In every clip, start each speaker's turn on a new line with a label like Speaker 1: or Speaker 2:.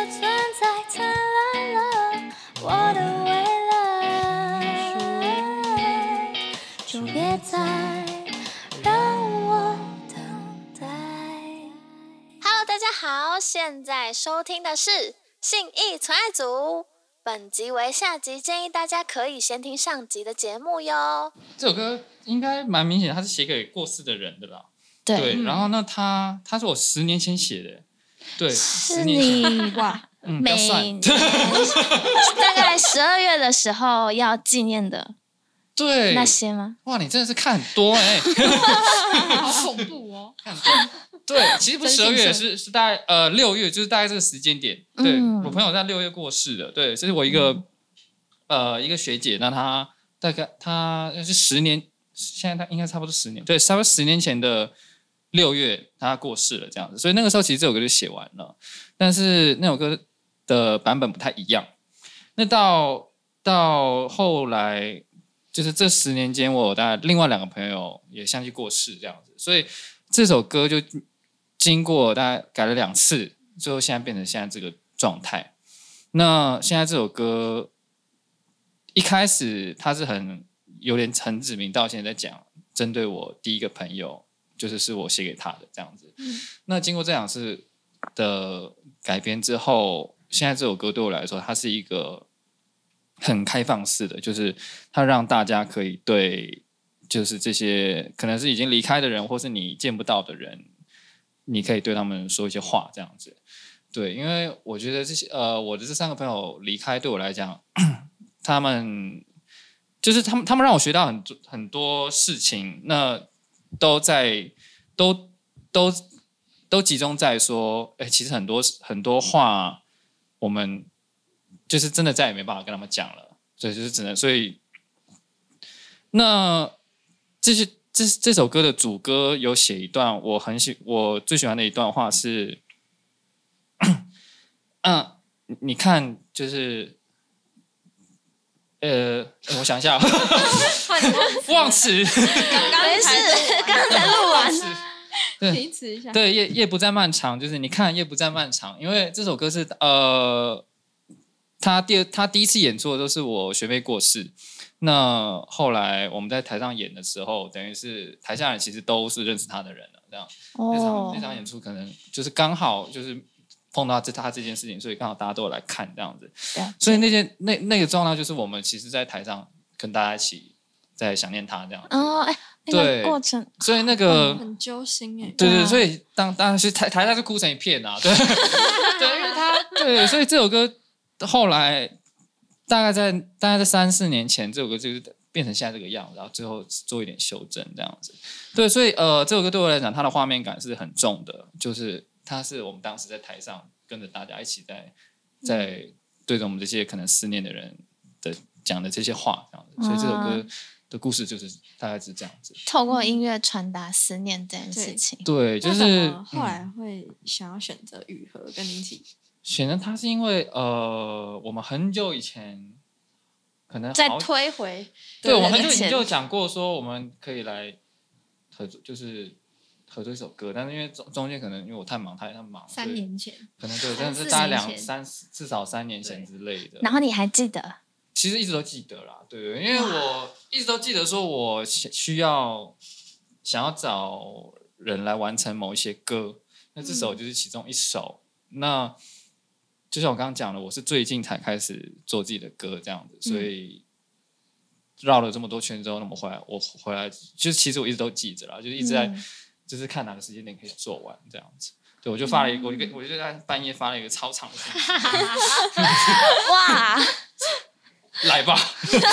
Speaker 1: 再灿烂了，我的未来，就别再让我等待。Hello，大家好，现在收听的是《信义存爱组》，本集为下集，建议大家可以先听上集的节目哟。
Speaker 2: 这首歌应该蛮明显，它是写给过世的人的啦。
Speaker 3: 对
Speaker 2: 对，
Speaker 3: 嗯
Speaker 2: 然后呢，它它是我十年前写的，对，
Speaker 3: 是
Speaker 2: 十年前，
Speaker 3: 你哇，
Speaker 2: 嗯，不要
Speaker 3: 每
Speaker 2: 算
Speaker 3: 年， 大概十二月的时候要纪念的
Speaker 2: 对，
Speaker 3: 那些吗？
Speaker 2: 哇，你真的是看很多 哎、
Speaker 4: 好恐怖哦！
Speaker 2: 对，其实不是十
Speaker 3: 真
Speaker 2: 二
Speaker 3: 心
Speaker 2: 月，
Speaker 3: 社
Speaker 2: 是是大概呃六月，就是大概这个时间点。对、
Speaker 3: 嗯
Speaker 2: 我朋友在六月过世的，对，这是我一个、呃一个学姐，那她大概她是十年，现在她应该差不多十年，对，差不多十年前的六月她过世了这样子，所以那个时候其实这首歌就写完了，但是那首歌的版本不太一样。那到到后来，就是这十年间，我有大概另外两个朋友也相继过世这样子，所以这首歌就经过大概改了两次，最后现在变成现在这个状态。那现在这首歌一开始它是很有点很指名道姓地在讲，针对我第一个朋友，就是是我写给他的这样子。那经过这两次的改编之后，现在这首歌对我来说，它是一个很开放式的，就是它让大家可以对，就是这些可能是已经离开的人，或是你见不到的人，你可以对他们说一些话，这样子。对，因为我觉得这些呃，我的这三个朋友离开对我来讲，他们就是他们，他们让我学到很多很多事情，那都在都都都集中在说，哎、其实很多很多话，我们就是真的再也没办法跟他们讲了，所以就是只能所以，那这些这这首歌的主歌有写一段我很喜我最喜欢的一段话是， 嗯、你你看就是。呃，我想一下，忘词，
Speaker 4: 刚刚
Speaker 3: 没事
Speaker 4: 才录完
Speaker 3: 刚才录
Speaker 2: 忘
Speaker 3: 完
Speaker 2: 词，对
Speaker 4: 停止一下。
Speaker 2: 对，夜夜不再漫长，就是你看夜不再漫长，因为这首歌是呃，他第二他第一次演出的都是我学妹过世，那后来我们在台上演的时候，等于是台下人其实都是认识他的人了，这样那
Speaker 3: 哦
Speaker 2: 场
Speaker 4: 哦
Speaker 2: 那场演出可能就是刚好就是碰到这他这件事情，所以刚好大家都有来看这样子，所以那件那那个状态就是我们其实，在台上跟大家一起在想念他这样，
Speaker 3: 哦，哎，那
Speaker 2: 对
Speaker 3: 个过程哦
Speaker 2: 所以那个。
Speaker 4: 很揪心哎、
Speaker 2: 对
Speaker 3: 对
Speaker 2: 对，
Speaker 3: 啊
Speaker 2: 所以当当然是台台下就哭成一片啊， 对对，因为他对，所以这首歌后来大概在大概在三四年前，这首歌就是变成现在这个样子，然后最后做一点修正这样子。对，所以呃，这首歌对我来讲，它的画面感是很重的，就是它是我们当时在台上跟着大家一起在
Speaker 4: 嗯
Speaker 2: 在对着我们这些可能思念的人的讲的这些话这样子，所以这首歌的故事就是大概是这样子。
Speaker 3: 透过音乐传达思念这件事情，
Speaker 2: 对，就
Speaker 4: 啊那
Speaker 2: 是
Speaker 4: 怎么后
Speaker 2: 嗯
Speaker 4: 来会想要选择雨禾跟你一起，
Speaker 2: 显然他是因为呃，我们很久以前可能
Speaker 3: 再
Speaker 2: 好
Speaker 3: 推回
Speaker 2: 对，我们
Speaker 3: 对
Speaker 2: 很久以
Speaker 3: 以前
Speaker 2: 前就讲过说我们可以来合作，就是合作一首歌，但是因为中中间可能因为我太忙，他也太忙，所
Speaker 4: 三
Speaker 2: 以
Speaker 4: 年前
Speaker 2: 可能对，但是
Speaker 4: 四
Speaker 2: 大概
Speaker 4: 年
Speaker 2: 两
Speaker 4: 前
Speaker 2: 三至少三年前之类的。
Speaker 3: 然后你还记得
Speaker 2: 其实一直都记得啦，对对，因为我一直都记得说我需需要想要找人来完成某一些歌，那这首就是其中一首。那就像我刚刚讲的，我是最近才开始做自己的歌这样子，所以绕了这么多圈之后，那么回来我回来，就是其实我一直都记着啦，就是一直在、就是看哪个时间点可以做完这样子。对，我就发了一个，我就跟我就在半夜发了一个超长的信 息，
Speaker 3: 哇，
Speaker 2: 来吧。
Speaker 3: 真的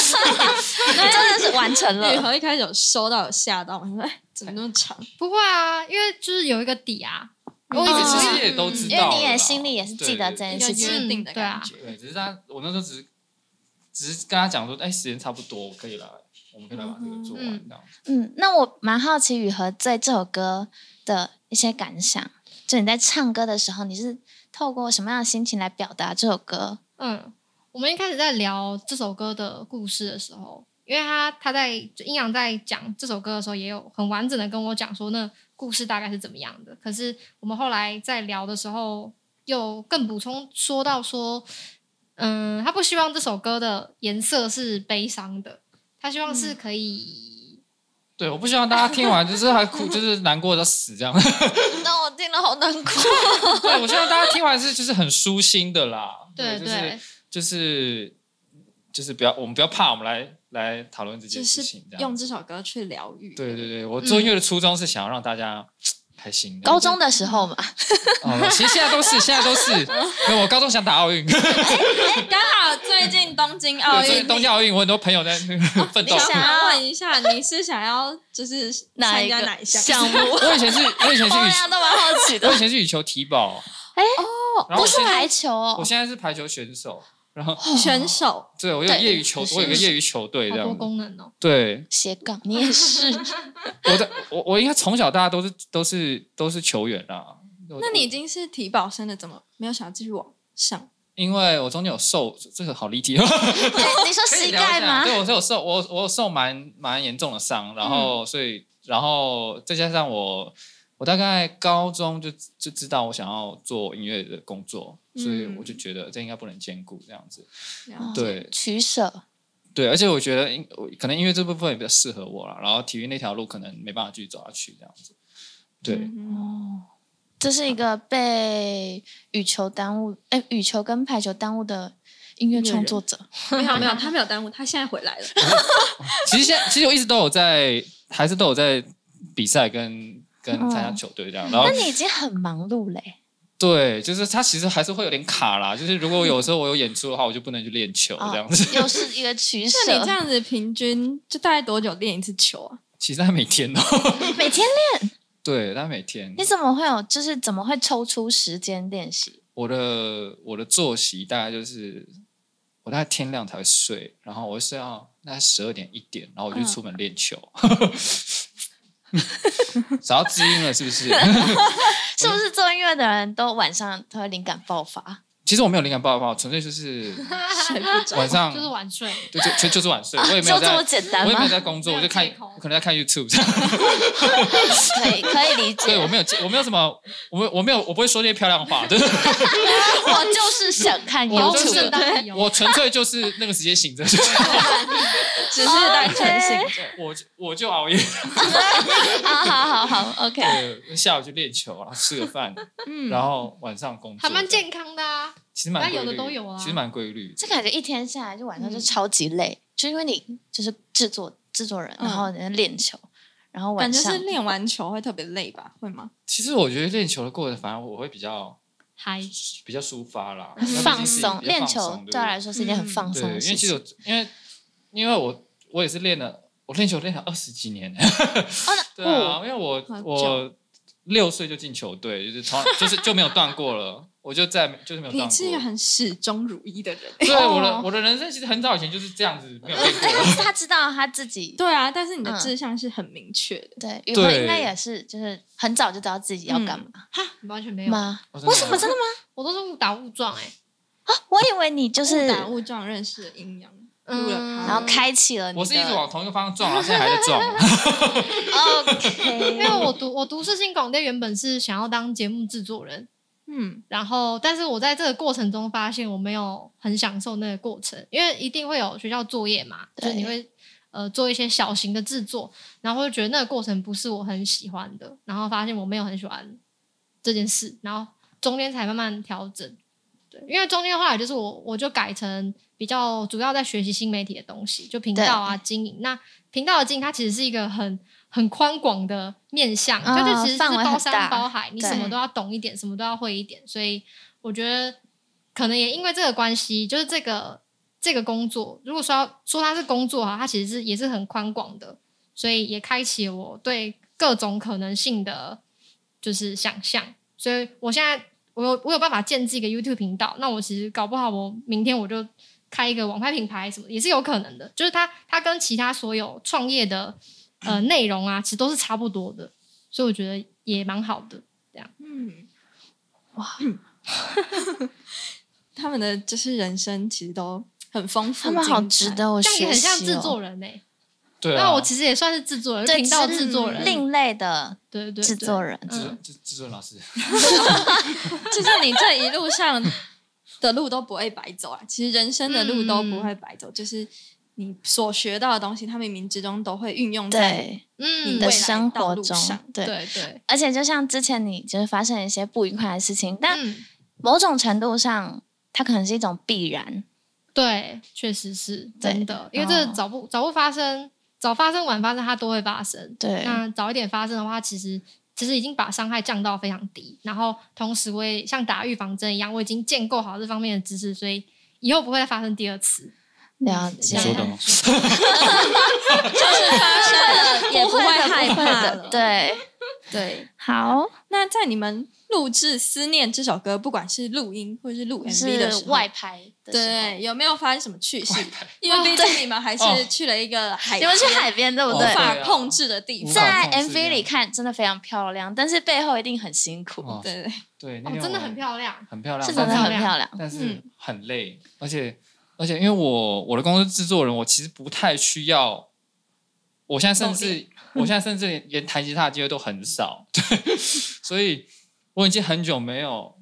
Speaker 3: 是完成
Speaker 4: 雨
Speaker 3: 了，
Speaker 4: 禾一开始有收到有吓到吗？我说哎，怎么那么长？
Speaker 5: 不会啊，因为就是有一个底啊。
Speaker 4: 嗯
Speaker 5: 我一
Speaker 2: 其
Speaker 5: 直
Speaker 2: 实也都知
Speaker 3: 因
Speaker 2: 道
Speaker 3: 为
Speaker 2: 了啦，
Speaker 3: 你也心里也是记得这件
Speaker 4: 一个
Speaker 3: 事情，
Speaker 4: 约定的感觉，
Speaker 2: 对，只是他，我那时候只是只是跟他讲说，哎、时间差不多，可以了，我们可以来把这个做完、
Speaker 5: 嗯
Speaker 2: 这样子。
Speaker 3: 嗯，那我蛮好奇雨禾对这首歌的一些感想，就你在唱歌的时候，你是透过什么样的心情来表达这首歌？
Speaker 5: 嗯，我们一开始在聊这首歌的故事的时候，因为他他在就阴阳在讲这首歌的时候，也有很完整的跟我讲说那故事大概是怎么样的。可是我们后来在聊的时候，有更补充说到说，嗯，他不希望这首歌的颜色是悲伤的，他希望是可以，
Speaker 2: 对，我不希望大家听完就是还哭，就是难过的死这样。
Speaker 1: 但我听了好难过。
Speaker 2: 对，我希望大家听完是就是很舒心的啦。
Speaker 5: 对
Speaker 2: 就是
Speaker 5: 对，
Speaker 2: 就是就是不要，我们不要怕，我们来来讨论这
Speaker 4: 就
Speaker 2: 件事
Speaker 4: 是
Speaker 2: 情，这样。
Speaker 4: 用这首歌去疗愈。
Speaker 2: 对对对，我做音乐的初衷是想要让大家开心的。
Speaker 3: 高中的时候嘛，
Speaker 2: 哦，其实现在都是，现在都是。没有，我高中想打奥运，
Speaker 4: 刚好最近东京奥
Speaker 2: 所
Speaker 4: 运，
Speaker 2: 以东京奥运，我很多朋友在那个奋斗
Speaker 4: 你。想要问一下，你是想要就是参加哪一项？
Speaker 1: 目？
Speaker 2: 我以前是，我以前是
Speaker 1: 我
Speaker 3: 哦
Speaker 1: 们
Speaker 2: 羽，
Speaker 1: 俩都蛮好奇的
Speaker 2: 我。以前是羽球体保，然后
Speaker 3: 哦不
Speaker 2: 我
Speaker 3: 是
Speaker 2: 现在
Speaker 3: 排球
Speaker 2: 我
Speaker 3: 哦，
Speaker 2: 现在是排球选手。然后，
Speaker 4: 选手
Speaker 2: 对我有
Speaker 3: 对
Speaker 2: 业余球，我有个业余球队这
Speaker 5: 好多
Speaker 2: 样子。
Speaker 5: 功能哦。
Speaker 2: 对，
Speaker 3: 斜杠，你也是
Speaker 2: 我的，我我应该从小到大都是都是都是球员啦。我
Speaker 4: 那你已经是体保生了，怎么没有想要继续往上？
Speaker 2: 因为我中间有受，这个好离题 哦。
Speaker 3: 哎你说
Speaker 2: 可以
Speaker 3: 膝
Speaker 2: 聊一
Speaker 3: 盖
Speaker 2: 下
Speaker 3: 吗？
Speaker 2: 对，我是有受，我我有受蛮蛮严重的伤，然后、所以然后再加上我，我大概高中就就知道我想要做音乐的工作，所以
Speaker 4: 嗯哦
Speaker 2: 我就觉得这应该不能兼顾这样子。
Speaker 4: 了解
Speaker 2: 对
Speaker 3: 取舍，
Speaker 2: 对，而且我觉得音我可能音乐这部分也比较适合我啦，然后体育那条路可能没办法继续走下去这样子。对，
Speaker 4: 嗯
Speaker 3: 这是一个被羽球耽误，哎，羽球跟排球耽误的音乐创作者。
Speaker 4: 没有没有，他没有耽误，他现在回来了。
Speaker 2: 其实现在其实我一直都有在，还是都有在比赛跟跟参加
Speaker 3: 嗯
Speaker 2: 球队这样，然后
Speaker 3: 那你已经很忙碌嘞，
Speaker 2: 对，就是他其实还是会有点卡啦。就是如果有时候我有演出的话，我就不能去练球
Speaker 3: 哦
Speaker 2: 这样 子。
Speaker 3: 又是啊一个取舍。
Speaker 4: 那你这样子平均就大概多久练一次球 啊？
Speaker 2: 其实他每天哦，
Speaker 3: 每天练，
Speaker 2: 对他每天
Speaker 3: 你，怎么会有？就是怎么会抽出时间练习？
Speaker 2: 我的我的作息大概就是我大概天亮才会睡，然后我是要大概十二点一点，然后我就出门练球。 找到知音了是不 是？
Speaker 3: 是不是做音乐的人都晚上他会灵感爆发？
Speaker 2: 其实我没有灵感爆发，我纯粹就是
Speaker 4: 睡不着。
Speaker 2: 晚上
Speaker 5: 就是晚睡，
Speaker 2: 就就就就是晚睡，我也没有
Speaker 3: 就这
Speaker 2: 在，
Speaker 3: 么简单
Speaker 2: 我也没
Speaker 3: 吗
Speaker 2: 有？在工作，我就看
Speaker 5: 没有借口
Speaker 2: 我可能在看 YouTube
Speaker 3: 可以，可以理
Speaker 2: 对，
Speaker 3: 解。
Speaker 2: 我没有，我没有什么，我没有我没有，我不会说这些漂亮话，就是
Speaker 3: 我就是想看
Speaker 5: 然后
Speaker 3: YouTube，
Speaker 5: 正当 理由，
Speaker 2: 我纯粹就是那个时间醒着，就是
Speaker 4: 只是单纯醒着。
Speaker 2: 我就我就熬夜，
Speaker 3: 好啊好好好，OK。
Speaker 2: 呃下午去练球，然后吃个饭，
Speaker 4: 嗯，
Speaker 2: 然后晚上工作，
Speaker 5: 还蛮，健康的啊。
Speaker 2: 其实蛮规律
Speaker 5: 但有的都有啊
Speaker 2: 其实蛮规律的。
Speaker 3: 这感觉一天下来，就晚上就
Speaker 4: 嗯
Speaker 3: 超级累，就因为你就是制作制作人，
Speaker 4: 嗯
Speaker 3: 然后你在练球，然后
Speaker 4: 感
Speaker 3: 晚
Speaker 4: 觉
Speaker 3: 上
Speaker 4: 是练完球会特别累吧？会吗？
Speaker 2: 其实我觉得练球的过程，反而我会比较
Speaker 5: 嗨，
Speaker 2: 比较抒发啦，
Speaker 3: 很放松。
Speaker 2: 因为
Speaker 3: 练
Speaker 2: 毕竟是比较放
Speaker 3: 球
Speaker 2: 松
Speaker 3: 对我来说是一件很放
Speaker 2: 对
Speaker 3: 松
Speaker 2: 不对，
Speaker 3: 的
Speaker 2: 对因
Speaker 3: 事
Speaker 2: 为其
Speaker 3: 情。
Speaker 2: 实我因为因为我我也是练了，我练球练了二十几
Speaker 3: 哦
Speaker 2: 年， 对啊，因为我
Speaker 4: 好久
Speaker 2: 我六岁就进球队，就是从就是就没有断过了， 我就再就是没有
Speaker 4: 你
Speaker 2: 断
Speaker 4: 是一个
Speaker 2: 过。
Speaker 4: 很始终如一的人。
Speaker 2: 对我的
Speaker 3: 哦
Speaker 2: 我的人生其实很早以前就是这样子没有变
Speaker 3: 哎，但
Speaker 2: 过。
Speaker 3: 是 他知道他自己
Speaker 4: 对啊，但是你的
Speaker 3: 嗯
Speaker 4: 志向是很明确的。
Speaker 3: 对宇
Speaker 2: 对
Speaker 3: 辉应该也是，就是很早就知道自嗯己要
Speaker 4: 嗯
Speaker 3: 干嘛
Speaker 5: 完全没有，
Speaker 3: 吗？
Speaker 2: 我真的
Speaker 3: 为什么真的吗？
Speaker 5: 我都是误打误撞哎。
Speaker 3: 啊，我以为你就是
Speaker 4: 误嗯打误撞认识的阴阳，录了
Speaker 5: 嗯
Speaker 4: 他，
Speaker 3: 然后开启了你的。
Speaker 2: 我是一直往同一个方向撞，然后现在还在撞。
Speaker 5: 因
Speaker 3: OK，
Speaker 5: 为我读我读世新广电原本是想要当节目制作人，
Speaker 4: 嗯，
Speaker 5: 然后但是我在这个过程中发现我没有很享受那个过程，因为一定会有学校作业嘛，就
Speaker 3: 对
Speaker 5: 是你会呃做一些小型的制作，然后会觉得那个过程不是我很喜欢的，然后发现我没有很喜欢这件事，然后中间才慢慢调整。对，因为中间的话，也就是我我就改成比较主要在学习新媒体的东西，就频道啊经营。那频道的经营，它其实是一个很很宽广的面向，
Speaker 3: 嗯
Speaker 5: 它就其实就
Speaker 3: 范
Speaker 5: 是
Speaker 3: 围很
Speaker 5: 包山
Speaker 3: 大
Speaker 5: 包海，你
Speaker 3: 对
Speaker 5: 什么都要懂一点，什么都要会一点。所以我觉得可能也因为这个关系，就是这个这个工作，如果说要说它是工作啊，它其实是也是很宽广的，所以也开启了我对各种可能性的，就是想象。所以我现在我有我有办法建制一个 YouTube 频道，那我其实搞不好我明天我就开一个网拍品牌什么的也是有可能的。就是它它跟其他所有创业的呃内容啊，其实都是差不多的，所以我觉得也蛮好的。
Speaker 4: 嗯，哇， 他们的就是人生其实都很丰富，
Speaker 3: 他们好
Speaker 4: 精彩
Speaker 3: 值。得我
Speaker 5: 这样也
Speaker 3: 学
Speaker 5: 很
Speaker 3: 习
Speaker 5: 像制
Speaker 3: 哦。
Speaker 5: 作人呢、欸
Speaker 2: 对
Speaker 5: 那
Speaker 2: 啊，
Speaker 5: 我其实也算是制作人，
Speaker 3: 对
Speaker 5: 频道
Speaker 3: 制
Speaker 5: 制作人，
Speaker 3: 另类的
Speaker 5: 对对对，
Speaker 3: 制作人，
Speaker 2: 制
Speaker 5: 嗯
Speaker 2: 制制作人老师，
Speaker 4: 就是你这一路上的路都不会白走啊。其实人生的路都
Speaker 3: 嗯
Speaker 4: 不会白走，就是你所学到的东西，它冥冥之中都会运用在
Speaker 3: 对
Speaker 4: 你
Speaker 5: 嗯，
Speaker 3: 你
Speaker 4: 未
Speaker 3: 的
Speaker 4: 来
Speaker 3: 生
Speaker 4: 道
Speaker 3: 活
Speaker 4: 路
Speaker 3: 中
Speaker 4: 上，
Speaker 3: 对。
Speaker 5: 对对，
Speaker 3: 而且就像之前你就是发生一些不愉快的事情，但
Speaker 5: 嗯，
Speaker 3: 某种程度上，它可能是一种必然。
Speaker 5: 对，确实是
Speaker 3: 对
Speaker 5: 真的，因为这
Speaker 3: 哦
Speaker 5: 早不早不发生，早发生晚发生它都会发生。
Speaker 3: 对，
Speaker 5: 那早一点发生的话，其实其实已经把伤害降到非常低，然后同时我也像打预防针一样，我已经建构好这方面的知识，所以以后不会再发生第二次。
Speaker 3: 了解
Speaker 2: 你。说的吗？
Speaker 4: 就是发生了， 也会
Speaker 3: 的
Speaker 4: 害
Speaker 3: 不会
Speaker 4: 怕
Speaker 3: 的
Speaker 4: 了。
Speaker 3: 对，
Speaker 4: 对，
Speaker 3: 好，
Speaker 4: 那在你们录制《思念》这首歌，不管是录音或是录 MV 的时
Speaker 3: 是
Speaker 4: 候，
Speaker 3: 外拍的时候，
Speaker 4: 对，有没有发生什么趣事？因为毕竟你们还是
Speaker 2: 哦
Speaker 4: 去了一个海，
Speaker 3: 你们去海边对不
Speaker 2: 哦
Speaker 3: 对
Speaker 4: 无？
Speaker 2: 对
Speaker 4: 法
Speaker 2: 啊
Speaker 4: 控制的地
Speaker 2: 无
Speaker 4: 方。
Speaker 2: 法
Speaker 3: 在
Speaker 2: 控制这
Speaker 3: MV 里
Speaker 2: 样
Speaker 3: 看真的非常漂亮，但是背后一定很辛苦，
Speaker 2: 哦
Speaker 4: 对对对，
Speaker 2: 对，那
Speaker 5: 哦，
Speaker 2: 天
Speaker 5: 真的
Speaker 2: 我
Speaker 5: 很漂亮。
Speaker 2: 很漂亮，
Speaker 3: 是真的
Speaker 2: 但
Speaker 3: 很
Speaker 5: 漂
Speaker 3: 漂亮。
Speaker 2: 但是
Speaker 4: 嗯
Speaker 2: 很累，而且而且因为我我的公司制作人，我其实不太需要，我现在甚
Speaker 4: 动
Speaker 2: 至 我现在甚至连连弹吉他的机会都很少， 对，所以我已经很久没有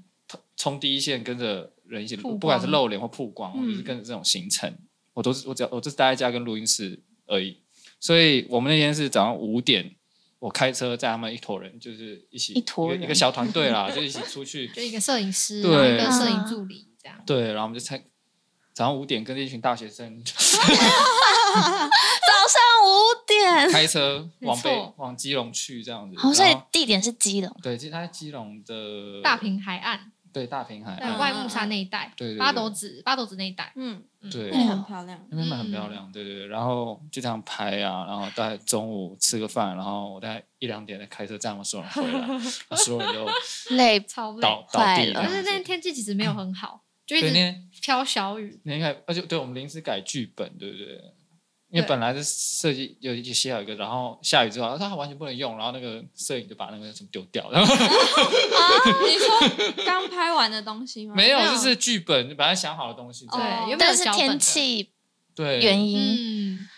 Speaker 2: 从第一线跟着人一起，
Speaker 5: 曝光
Speaker 2: 不管是露脸或曝光，
Speaker 4: 嗯
Speaker 2: 或者是跟着这种行程，我都是我只要我就是待在家跟录音室而已，所以我们那天是早上五点。我开车载他们一坨人，就是一起
Speaker 3: 一坨
Speaker 2: 个
Speaker 3: 人
Speaker 2: 一个小团队啦，就一起出去
Speaker 5: 就一个摄影师，然后
Speaker 2: 对
Speaker 5: 一个摄
Speaker 3: 嗯
Speaker 5: 影助理这样。
Speaker 2: 对，然后我们就才早上五点跟着一群大学生
Speaker 3: 早上五点，
Speaker 2: 开车
Speaker 5: 没
Speaker 2: 往北
Speaker 5: 错
Speaker 2: 往基隆去这样子。
Speaker 3: 好，所以
Speaker 2: 然后
Speaker 3: 地点是基隆，
Speaker 2: 对，其实它在基隆的
Speaker 5: 大坪海岸，
Speaker 2: 对大平海
Speaker 5: 对
Speaker 2: 岸，
Speaker 5: 外木山那一带，
Speaker 2: 嗯对对对
Speaker 5: 八斗子八斗子那一带，
Speaker 4: 嗯，
Speaker 2: 对
Speaker 4: 那也
Speaker 3: 哦
Speaker 4: 很漂亮。
Speaker 2: 那边很
Speaker 5: 嗯
Speaker 2: 漂亮，对对对。然后就这样拍啊，然后大概中午吃个饭，然后我大概一两点再开车载我们所有人回来，然后所有人都
Speaker 3: 累
Speaker 5: 超累。
Speaker 2: 倒倒
Speaker 3: 坏
Speaker 2: 地这
Speaker 3: 了
Speaker 2: 样
Speaker 5: 而
Speaker 2: 子。
Speaker 5: 且那天天气其实没有很好，就一
Speaker 2: 对那
Speaker 5: 直
Speaker 2: 天
Speaker 5: 飘小雨。
Speaker 2: 那天开，而且对我们临时改剧本，对不对？因为
Speaker 5: 对
Speaker 2: 本来是设计有一写好一个，然后下雨之后，它完全不能用，然后那个摄影就把那个什么丢掉，然后
Speaker 4: 啊你说刚拍完的东西吗？
Speaker 2: 没有，
Speaker 5: 没有
Speaker 2: 就是剧本本来想好的东西。
Speaker 4: 哦
Speaker 2: 对
Speaker 5: 对，原本
Speaker 3: 但
Speaker 5: 有
Speaker 3: 是
Speaker 5: 脚本的
Speaker 3: 天气
Speaker 2: 对，
Speaker 3: 原因，
Speaker 5: 嗯，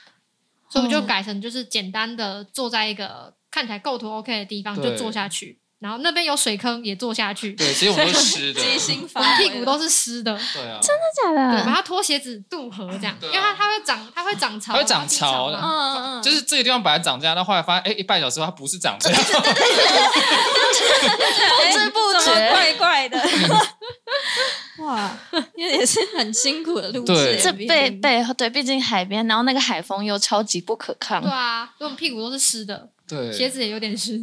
Speaker 5: 所以我们
Speaker 2: 哦
Speaker 5: 就改成就是简单的坐在一个看起来构图 OK 的地方
Speaker 2: 对
Speaker 5: 就坐下去，然后那边有水坑也坐下去，
Speaker 2: 对，其实我们都是 湿的，
Speaker 4: 即兴
Speaker 5: 我
Speaker 4: 发
Speaker 5: 们
Speaker 4: 挥
Speaker 5: 屁股都是湿的，
Speaker 2: 对啊，
Speaker 3: 真的
Speaker 5: 对，把
Speaker 3: 假的？
Speaker 5: 它拖鞋子渡河这样，因
Speaker 2: 对啊
Speaker 5: 为它它会长它会长潮，
Speaker 2: 它会长潮
Speaker 5: 嘛
Speaker 4: 嗯嗯嗯，
Speaker 2: 就是这个地方本来长这样，但后来发现，哎，一半小时后它不是长 这 样，
Speaker 4: 不
Speaker 3: 知不觉
Speaker 4: 怪怪的。 哇，因 为也是很辛苦的录制
Speaker 2: 对
Speaker 4: MV，
Speaker 3: 这背背对，毕竟海边，然后那个海风又超级不可
Speaker 5: 对
Speaker 3: 抗，
Speaker 5: 啊，所以我们屁股都是湿的，
Speaker 2: 对，
Speaker 5: 鞋子也有点湿，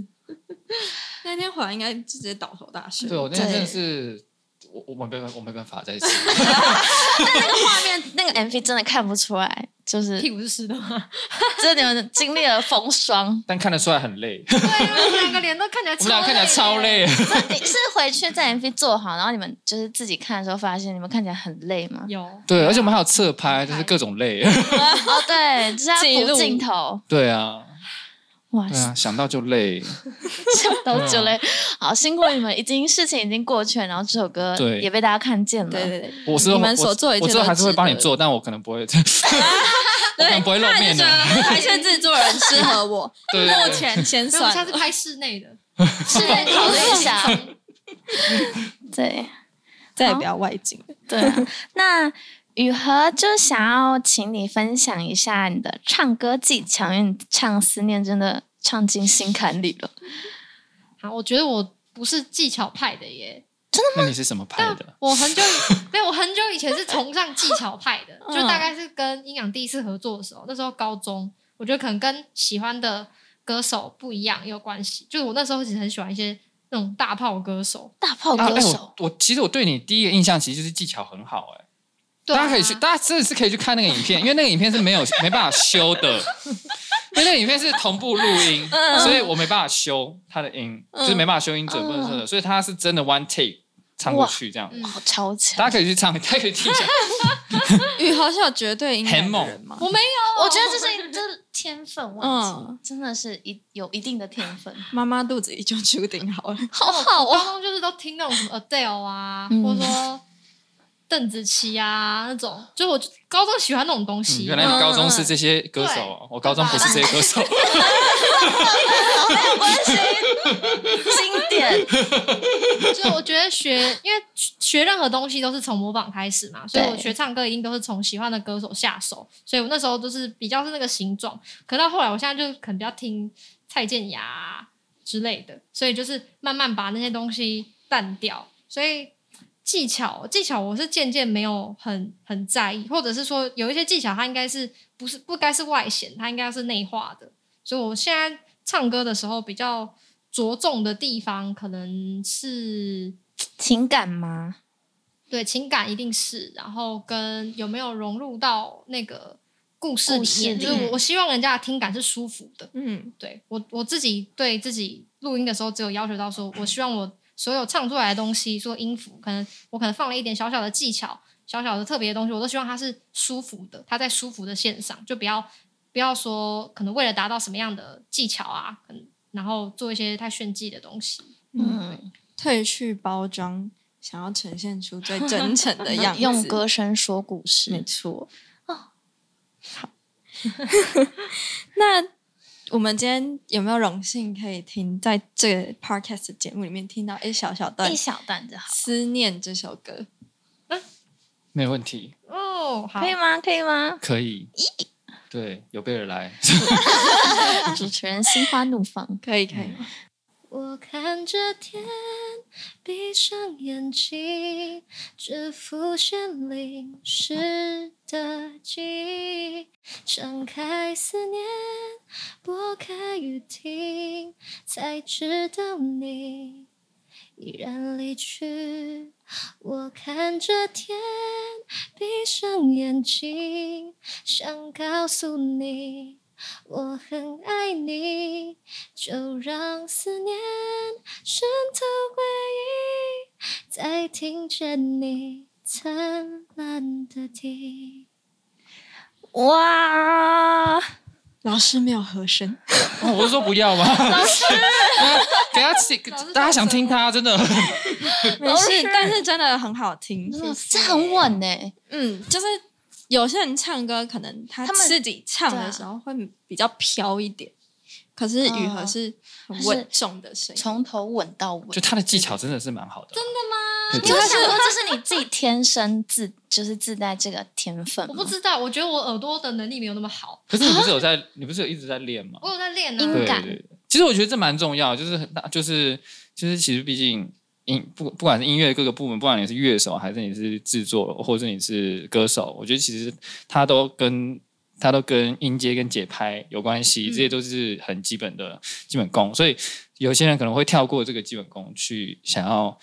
Speaker 4: 那天回来应该就直接倒头大睡
Speaker 2: 对。我那天
Speaker 3: 对
Speaker 2: 真的是，我我没办我没办法再吃，，
Speaker 3: 画面那个 MV 真的看不出来，就是
Speaker 5: 屁股是湿的嘛，
Speaker 3: 这你们经历了风霜
Speaker 2: 但看得出来 很累，
Speaker 5: 对，因为我们两个脸都看起来
Speaker 2: 我
Speaker 5: 超
Speaker 2: 们俩看起来超
Speaker 5: 累
Speaker 2: 累，
Speaker 3: 你是回去在 MV 做好，然后你们就是自己看的时候发现你们看起来很累吗
Speaker 5: 的，？有
Speaker 2: 对，而且我们还有侧拍，就是各种 累，啊
Speaker 3: 哦，对，就是
Speaker 4: 记
Speaker 3: 要
Speaker 4: 录
Speaker 3: 补镜头，
Speaker 2: 对啊，
Speaker 3: 哇，
Speaker 2: 对
Speaker 4: 哎
Speaker 2: 啊，想到就累，
Speaker 3: 都久嘞。好，辛苦你们，已经事情已经过去了，然后这首歌
Speaker 2: 对
Speaker 3: 也被大家看见了。
Speaker 4: 对对对，
Speaker 2: 我是
Speaker 4: 你们
Speaker 2: 我
Speaker 4: 所做的一切
Speaker 2: 我之后
Speaker 4: 都
Speaker 2: 还是会
Speaker 4: 值
Speaker 2: 帮你
Speaker 4: 得
Speaker 2: 做，但我可能不会， 我可能不会露
Speaker 4: 那
Speaker 2: 面
Speaker 4: 你觉
Speaker 2: 的
Speaker 4: 得， 还是制作人适合 我？
Speaker 2: 对对
Speaker 4: 目
Speaker 2: 对。
Speaker 4: 前先
Speaker 5: 没有，我们下
Speaker 4: 算
Speaker 5: 次
Speaker 4: 了。嗯
Speaker 5: 拍室内的，
Speaker 3: 是在 考虑一下。啊对
Speaker 4: 再也不要外景。
Speaker 3: 对啊、 那雨禾就想要请你分享一下你的唱歌技巧，因为你唱《思念》真的唱进心坎里了。
Speaker 5: 好，我觉得我不是技巧派的耶，
Speaker 2: 那你是什么拍的？
Speaker 5: 我很 久以没有，我很久以前是崇尚技巧派的，就
Speaker 2: 嗯
Speaker 5: 大概是跟阴阳第一次合作的时候，那时候高中，我觉得可能跟喜欢的歌手不一样也有关系。就是我那时候其实很喜欢一些那种大炮歌手，
Speaker 3: 大炮
Speaker 2: 啊，
Speaker 3: 歌
Speaker 2: 哎，
Speaker 3: 手
Speaker 2: 我，我其实我对你第一个印象其实就是技巧很好，哎，
Speaker 5: 对、啊
Speaker 2: 大家可以去，，大家真的是可以去看那个影片，因为那个影片是没有没办法修的，因为那个影片是同步录音，所以我没办法修它的音，就是没办法修音准不能修的，所以它是真的 one take 唱过去这样。
Speaker 5: 嗯，
Speaker 3: 好超强
Speaker 2: 哎大！家可以去唱，大家可以 听一下。
Speaker 4: 宇豪是有绝对音感
Speaker 2: 很
Speaker 4: 的
Speaker 2: 猛
Speaker 4: 人吗？
Speaker 5: 我没 有，
Speaker 3: 我觉得这是这是天分问题，
Speaker 4: 嗯
Speaker 3: 真的是一有一定的天分。
Speaker 4: 妈妈肚子里就注定好了。
Speaker 3: 好好哦
Speaker 2: 哦
Speaker 5: 高中就是都听那种什么 Adele 啊，
Speaker 3: 嗯
Speaker 5: 或者说邓紫棋啊那种，就我高中喜欢那种东
Speaker 2: 嗯
Speaker 5: 西。
Speaker 2: 原来你高中是这些歌手哦，我高中不是这些歌手。
Speaker 3: 经典，
Speaker 5: 就我觉得学，因为学任何东西都是从模仿开始嘛，所以
Speaker 3: 对
Speaker 5: 我学唱歌一定都是从喜欢的歌手下手，所以我那时候都是比较是那个形状。可到后来，我现在就可能比较听蔡健雅啊之类的，所以就是慢慢把那些东西淡掉。所以技巧，技巧我是渐渐没有很很在意，或者是说有一些技巧它应该是不是不该是外显，它应该是内化的。所以我现在唱歌的时候比较着重的地方，可能是
Speaker 3: 情感吗？
Speaker 5: 对情感一定是，然后跟有没有融入到那个故事
Speaker 3: 故
Speaker 5: 里
Speaker 3: 事
Speaker 5: 面，
Speaker 3: 里
Speaker 5: 就是我我希望人家的听感是舒服的。
Speaker 4: 嗯，
Speaker 5: 对我我自己对自己录音的时候，只有要求到说，我希望我所有唱出来的东西，说音符，可能我可能放了一点小小的技巧、小小的特别的东西，我都希望它是舒服的，它在舒服的线上，就不要不要说可能为了达到什么样的技巧啊，可能然后做一些太炫技的东西。
Speaker 3: 嗯，
Speaker 4: 褪去包装，想要呈现出最真诚的样 子，
Speaker 3: 用歌声说故事，
Speaker 4: 没错。哦，好。那我们今天有没有荣幸可以听在这个 podcast 的节目里面听到一小小段
Speaker 3: 一
Speaker 4: 《
Speaker 3: 小段就好，
Speaker 4: 思念》这首歌？
Speaker 2: 没问题，
Speaker 5: 哦，好
Speaker 3: 可，以吗？可以吗？
Speaker 2: 可以。对，有备而来。
Speaker 3: 主持人心花怒放，
Speaker 4: 可以，可以。
Speaker 3: 嗯
Speaker 1: 我看着天，闭上眼睛，只浮现淋湿的记忆。张开思念，拨开雨停，才知道你已然离去。我看着天，闭上眼睛，想告诉你，我很爱你。就让思念渗透回忆，再听见你灿烂的啼。
Speaker 3: 哇！
Speaker 4: 老师没有和 声，
Speaker 2: 哦我是说不要吗？啊老 师，给他起，大家想听他真的。
Speaker 4: 没事，但是真的很好听。
Speaker 3: 嗯这很稳欸呢、
Speaker 4: 嗯，就是有些人唱歌可能他
Speaker 3: 他们
Speaker 4: 自己唱的时候会比较飘一点，可是雨
Speaker 3: 哦
Speaker 4: 禾是很
Speaker 3: 是
Speaker 4: 稳重的声音。
Speaker 3: 从头稳到尾。
Speaker 2: 就他的技巧真的是蛮好的，真的
Speaker 3: 你有想过这是你自己天生自， 就是自带这个天分
Speaker 5: 我
Speaker 3: 吗？
Speaker 5: 不知道，我觉得我耳朵的能力没有那么好，
Speaker 2: 可是你不是有在，你不是有一直在练吗？
Speaker 5: 我有在练
Speaker 3: 音
Speaker 5: 啊。
Speaker 2: 对
Speaker 3: 感
Speaker 2: 对对其实我觉得这蛮重要，就是很大，就是就是其实毕竟音不不管是音乐各个部门，不管你是乐手还是你是制作，或者你是歌手，我觉得其实它都跟它都跟音阶跟节拍有关系，这些都是很基本的基本功。所以有些人可能会跳过这个基本功去想要。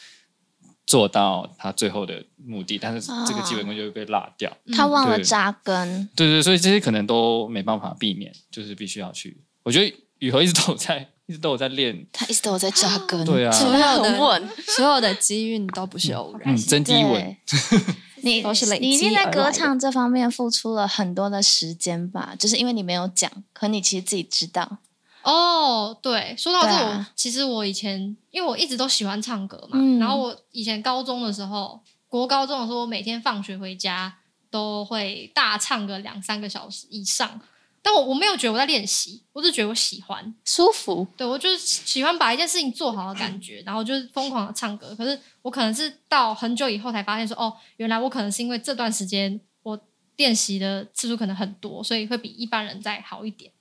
Speaker 2: 做到他最后的目的，但是这个基本功就会被落掉。
Speaker 3: 他忘了
Speaker 2: 嗯对
Speaker 3: 扎根，
Speaker 2: 对对，所以这些可能都没办法避免，就是必须要去。我觉得雨禾一直都有在，一直都有在练，
Speaker 3: 他一直都有在扎根。
Speaker 2: 对啊
Speaker 3: 所以他很稳，
Speaker 4: 所有的机运都不是偶然
Speaker 2: 嗯，。增肌稳。
Speaker 3: 对。你
Speaker 4: 都是累积
Speaker 3: 你一定在
Speaker 4: 而来
Speaker 3: 歌
Speaker 4: 的
Speaker 3: 唱这方面付出了很多的时间吧？就是因为你没有讲，可你其实自己知道。
Speaker 5: 哦，对，说到这
Speaker 3: 对
Speaker 5: 个，
Speaker 3: 啊
Speaker 5: 我其实我以前因为我一直都喜欢唱歌嘛，
Speaker 3: 嗯
Speaker 5: 然后我以前高中的时候，国高中的时候，我每天放学回家都会大唱个两三个小时以上，但我我没有觉得我在练习，我只觉得我喜欢，
Speaker 3: 舒服，
Speaker 5: 对我就是喜欢把一件事情做好的感觉，然后就是疯狂的唱歌。可是我可能是到很久以后才发现说，哦，原来我可能是因为这段时间我练习的次数可能很多，所以会比一般人再好一点。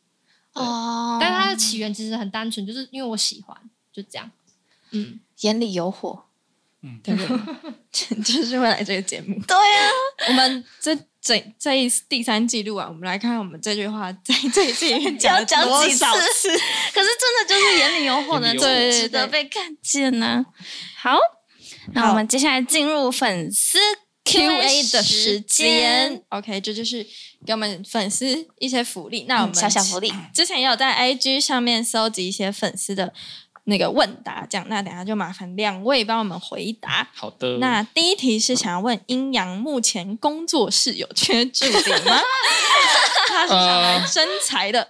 Speaker 3: 哦
Speaker 5: 但是它的起源其实很单纯，就是因为我喜欢，就这样。嗯，
Speaker 3: 眼里有火，
Speaker 2: 嗯，
Speaker 4: 对 不对？就是会来这个节目。
Speaker 3: 对啊，
Speaker 4: 我们这这这一第三季录完，我们来看看我们这句话在这一季里面讲了
Speaker 3: 讲
Speaker 4: 多
Speaker 3: 几次
Speaker 4: 少？
Speaker 3: 可是真的就是眼里有火呢，
Speaker 2: 眼里有火
Speaker 3: 就
Speaker 4: 对
Speaker 3: 值得
Speaker 4: 对
Speaker 3: 被看见呢、好，那我们接下来进入粉丝 Q&A 的时间。。
Speaker 4: OK，这就是给我们粉丝一些福利。那
Speaker 3: 嗯
Speaker 4: 我们
Speaker 3: 小小福利，
Speaker 4: 之前也有在 IG 上面搜集一些粉丝的那个问答，这样那等一下就麻烦两位帮我们回答。
Speaker 2: 好
Speaker 3: 嗯
Speaker 2: 的。
Speaker 4: 那第一题是想要问阴阳目前工作室有缺助理 吗？他是想来征才的，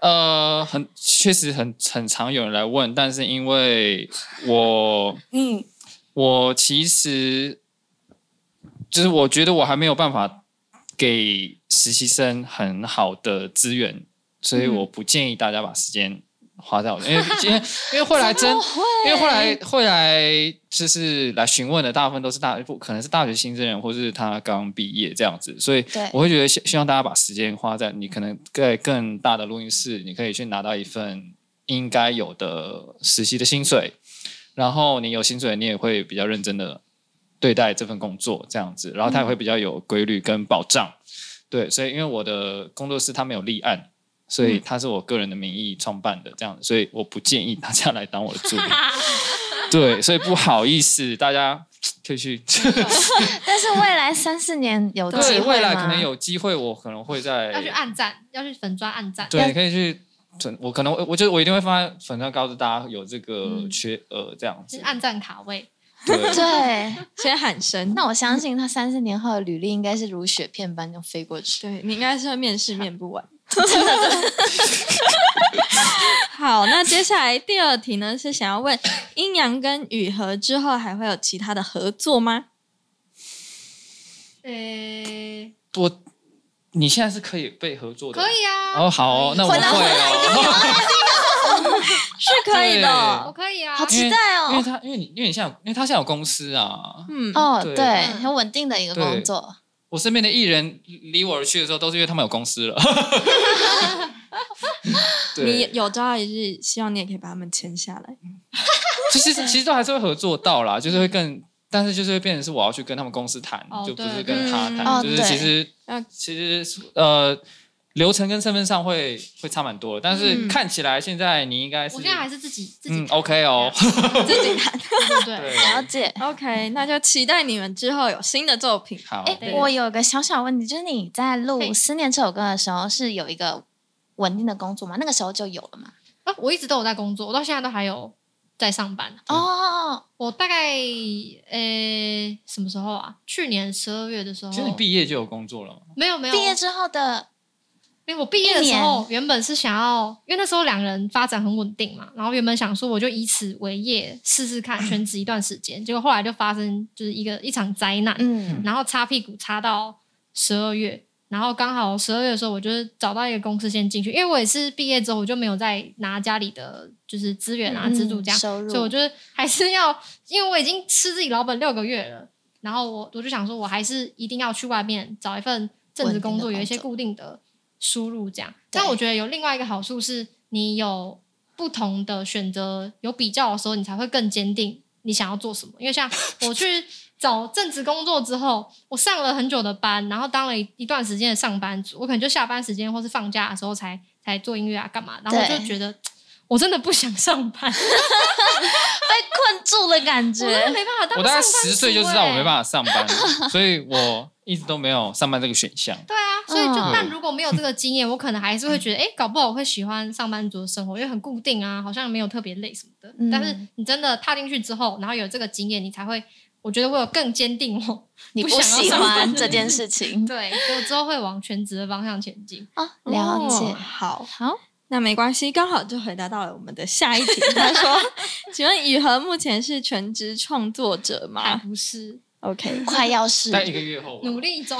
Speaker 2: 呃，很确实很很常有人来问，但是因为我
Speaker 3: 嗯，
Speaker 2: 我其实就是我觉得我还没有办法给实习生很好的资源，所以我不建议大家把时间花在我，因为因为因为后来真，因为后来后来就是来询问的大部分都是大不可能是大学新生人，或是他刚毕业这样子，所以
Speaker 3: 对
Speaker 2: 我会觉得希希望大家把时间花在你可能在更大的录音室，你可以去拿到一份应该有的实习的薪水，然后你有薪水，你也会比较认真的对待这份工作这样子，然后它也会比较有规律跟保障。对，所以因为我的工作室它没有立案，所
Speaker 5: 嗯
Speaker 2: 以它是我个人的名义创办的这样，所以我不建议大家来当我的 助理。对，所以不好意思，大家可以 去。
Speaker 3: 但是未来三四年有机
Speaker 2: 对，
Speaker 3: 会
Speaker 2: 未来
Speaker 3: 吗
Speaker 2: 可能有机会，我可能会
Speaker 5: 要去
Speaker 2: 在
Speaker 5: 暗赞，要去粉砖暗赞。
Speaker 2: 对，可以去。我可能我我觉得我一定会放在粉上，告诉大家有这
Speaker 5: 嗯
Speaker 2: 个缺额这样
Speaker 5: 是
Speaker 2: 子。
Speaker 5: 暗赞卡位，
Speaker 2: 对，
Speaker 3: 对。
Speaker 4: 先喊声。
Speaker 3: 那我相信他三四年后的履历应该是如雪片般就飞过去。
Speaker 4: 对你应该是会面试面不 完。好，那接下来第二题呢，是想要问阴阳跟雨禾之后还会有其他的合作吗？
Speaker 5: 呃，
Speaker 2: 我你现在是可以被合作的，
Speaker 5: 可。以啊，
Speaker 2: 哦，好哦，那我
Speaker 3: 回
Speaker 2: 会
Speaker 3: 来回
Speaker 2: 哦，
Speaker 4: 是可以的
Speaker 5: 我。可以啊
Speaker 3: 好，期待
Speaker 2: 因为
Speaker 3: 哦！
Speaker 2: 他，因为你，因为你现在，因为他现在有公司啊。
Speaker 4: 嗯，
Speaker 3: 哦，
Speaker 2: 对
Speaker 3: 对，
Speaker 5: 嗯
Speaker 3: 很稳定的一个工作。
Speaker 2: 我身边的艺人离我而去的时候，都是因为他们有 公司了。
Speaker 4: 你
Speaker 2: 对，
Speaker 4: 有朝一日，希望你也可以把他们签下来。
Speaker 2: 其实其实都还是会合作到啦，就是会更，但是就是会变成是我要去跟他们公司谈，
Speaker 5: 哦
Speaker 2: 就不
Speaker 5: 对
Speaker 2: 是跟他
Speaker 4: 嗯
Speaker 2: 谈，
Speaker 3: 哦
Speaker 2: 就是
Speaker 3: 对
Speaker 2: 其实
Speaker 4: 那
Speaker 2: 其实呃流程跟身份上会会差蛮多，但是
Speaker 4: 嗯
Speaker 2: 看起来现在你应该是
Speaker 5: 我现在还是自己自己
Speaker 2: 嗯 OK 哦，
Speaker 4: 自己谈。
Speaker 5: 对不 对？
Speaker 2: 对，
Speaker 3: 了解。
Speaker 4: OK，那就期待你们之后有新的作品。
Speaker 2: 好，
Speaker 3: 哎
Speaker 5: 对，
Speaker 3: 我有个小小问题，就是你在录
Speaker 5: 嘿
Speaker 3: 《思念》这首歌的时候，是有一个稳定的工作吗？那个时候就有了吗？
Speaker 5: 啊，我一直都有在工作，我到现在都还有在上班。
Speaker 3: 哦哦，哦
Speaker 5: 我大概呃什么时候啊？去年十二月的时候
Speaker 2: 其，实你毕业就有工作了嘛，
Speaker 5: 没有没有
Speaker 3: 毕业之后的
Speaker 5: 因为我毕业的时候，原本是想要，因为那时候两人发展很稳定嘛，然后原本想说我就以此为业试试看，全职一段时间。结果后来就发生就是一个一场灾难，
Speaker 3: 嗯，
Speaker 5: 然后擦屁股擦到十二月，然后刚好十二月的时候，我就是找到一个公司先进去，因为我也是毕业之后我就没有再拿家里的就是资源啊、
Speaker 3: 嗯
Speaker 5: 资助这样，
Speaker 3: 收入
Speaker 5: 所以我就是还是要，因为我已经吃自己老本六个月了，然后我我就想说，我还是一定要去外面找一份正职工作，
Speaker 3: 稳定的工作
Speaker 5: 有一些固定的输入这样。
Speaker 3: 对
Speaker 5: 但我觉得有另外一个好处是，你有不同的选择，有比较的时候，你才会更坚定你想要做什么。因为像我去找正职工作之后，我上了很久的班，然后当了一一段时间的上班族，我可能就下班时间或是放假的时候才才做音乐啊干嘛，然后我就
Speaker 3: 对
Speaker 5: 觉得我真的不想上班。
Speaker 3: 被困住的感
Speaker 5: 我真的
Speaker 3: 觉。
Speaker 5: 没办法当
Speaker 2: 我
Speaker 5: 上
Speaker 2: 大概
Speaker 5: 班欸
Speaker 2: 十岁就知道我没办法上班了，所以我一直都没有上班这个选项。
Speaker 5: 对啊，所以就、
Speaker 3: 嗯
Speaker 5: 但如果没有这个经验，我可能还是会觉得，哎、搞不好我会喜欢上班族的生活，因为很固定啊，好像没有特别累什么的。
Speaker 3: 嗯
Speaker 5: 但是你真的踏进去之后，然后有这个经验，你才会，我觉得我有更坚定 我，
Speaker 3: 你
Speaker 5: 不
Speaker 3: 不
Speaker 5: 想要
Speaker 3: 喜
Speaker 5: 上
Speaker 3: 欢
Speaker 5: 班
Speaker 3: 这件事情
Speaker 5: 对，所以我之后会往全职的方向前进。
Speaker 3: 哦，了解。
Speaker 4: 哦好，
Speaker 3: 好，
Speaker 4: 那没关系，刚好就回答到了我们的下一题。他说：“ 请问雨禾目前是全职创作者
Speaker 5: 还
Speaker 2: 啊
Speaker 4: 吗
Speaker 5: 不是
Speaker 4: ？”OK，
Speaker 3: 快要 是
Speaker 2: 在一个月后吧，
Speaker 5: 努 力中，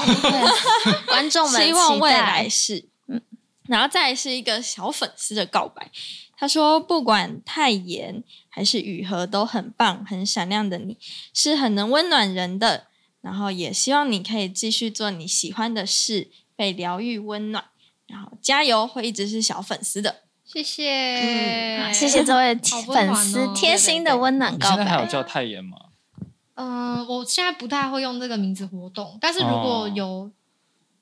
Speaker 3: 对观众们
Speaker 4: 希望
Speaker 3: 期
Speaker 4: 未
Speaker 3: 待
Speaker 4: 来是。嗯，然后再来是一个小粉丝的告白。他说：“不管泰妍还是雨禾都很棒，很闪亮的你是很能温暖人的。然后也希望你可以继续做你喜欢的事，被疗愈温暖。然后加油，会一直是小粉丝的。
Speaker 5: 谢谢、
Speaker 3: 啊谢谢这位
Speaker 5: 好温暖
Speaker 3: 粉
Speaker 5: 哦
Speaker 3: 丝贴心的温暖
Speaker 2: 你
Speaker 3: 告
Speaker 2: 现在还
Speaker 3: 白
Speaker 2: 有。叫泰妍吗？
Speaker 5: 嗯、我现在不太会用这个名字活动，但是如
Speaker 2: 哦
Speaker 5: 果有，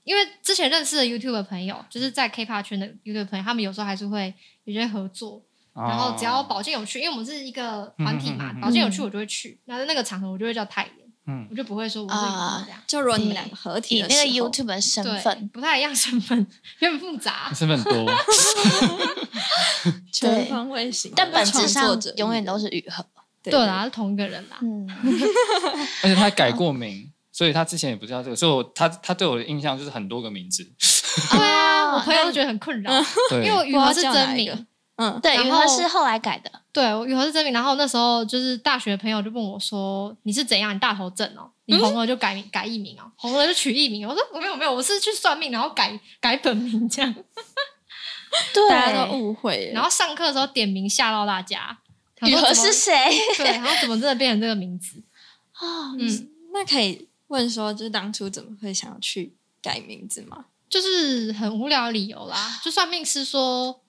Speaker 5: 因为之前认识的 YouTube 的朋友，就是在 K-pop 圈的 YouTube 朋友，他们有时候还是会有些合作，然后只要
Speaker 2: 保，
Speaker 5: 保健有去，因为我们是一个团体嘛，
Speaker 2: 哦嗯嗯嗯嗯
Speaker 5: 保健有去我就会去，那在那个场合我就会叫泰妍，
Speaker 2: 嗯
Speaker 5: 我就不会说我是
Speaker 3: 啊
Speaker 5: 这样。
Speaker 4: 就如果你们两个合体
Speaker 3: 以
Speaker 4: 的
Speaker 3: 那
Speaker 4: 时候，
Speaker 3: 个 YouTube 的身
Speaker 5: 对
Speaker 3: 份，，
Speaker 5: 不太一样身份，有点复杂
Speaker 2: 你。身份很多，
Speaker 4: 全方位型的
Speaker 3: 但本质
Speaker 4: 创
Speaker 3: 上
Speaker 4: 作者
Speaker 3: 永远都是雨禾。
Speaker 4: 对
Speaker 5: 对啊啦，是同一个 人啦。
Speaker 3: 嗯，
Speaker 2: 而且他还改过名，所以他之前也不知道这个，所以我他他对我的印象就是很多个名字。
Speaker 5: 对啊，我朋友
Speaker 3: 那
Speaker 5: 都觉得很困扰，
Speaker 2: 对
Speaker 5: 因为，我羽毛
Speaker 4: 嗯
Speaker 5: 是
Speaker 4: 不知道叫
Speaker 5: 真
Speaker 4: 哪一个
Speaker 5: 名，
Speaker 4: 嗯，
Speaker 3: 对，
Speaker 5: 然
Speaker 3: 雨禾
Speaker 5: 后
Speaker 3: 是后来改的，
Speaker 5: 对，我雨禾是真名。然后那时候就是大学朋友就问我说：“你是怎样？你大头症哦？
Speaker 3: 嗯
Speaker 5: 你红了就改名、改艺名哦，红了就取艺名。”我说：“我没有没有，我是去算命，然后改改本名这样。
Speaker 3: 对
Speaker 4: 大家都误会”了。
Speaker 5: 然后上课的时候点名吓到大家。想
Speaker 3: 雨
Speaker 5: 说
Speaker 3: 禾
Speaker 5: 怎么
Speaker 3: 是谁？
Speaker 5: 对，然后怎么真的变成这个 名字？
Speaker 3: 啊
Speaker 4: 哦，
Speaker 5: 嗯，
Speaker 4: 那可以问说，就是当初怎么会想要去改名字吗？
Speaker 5: 就是很无聊的理由啦。就算命师说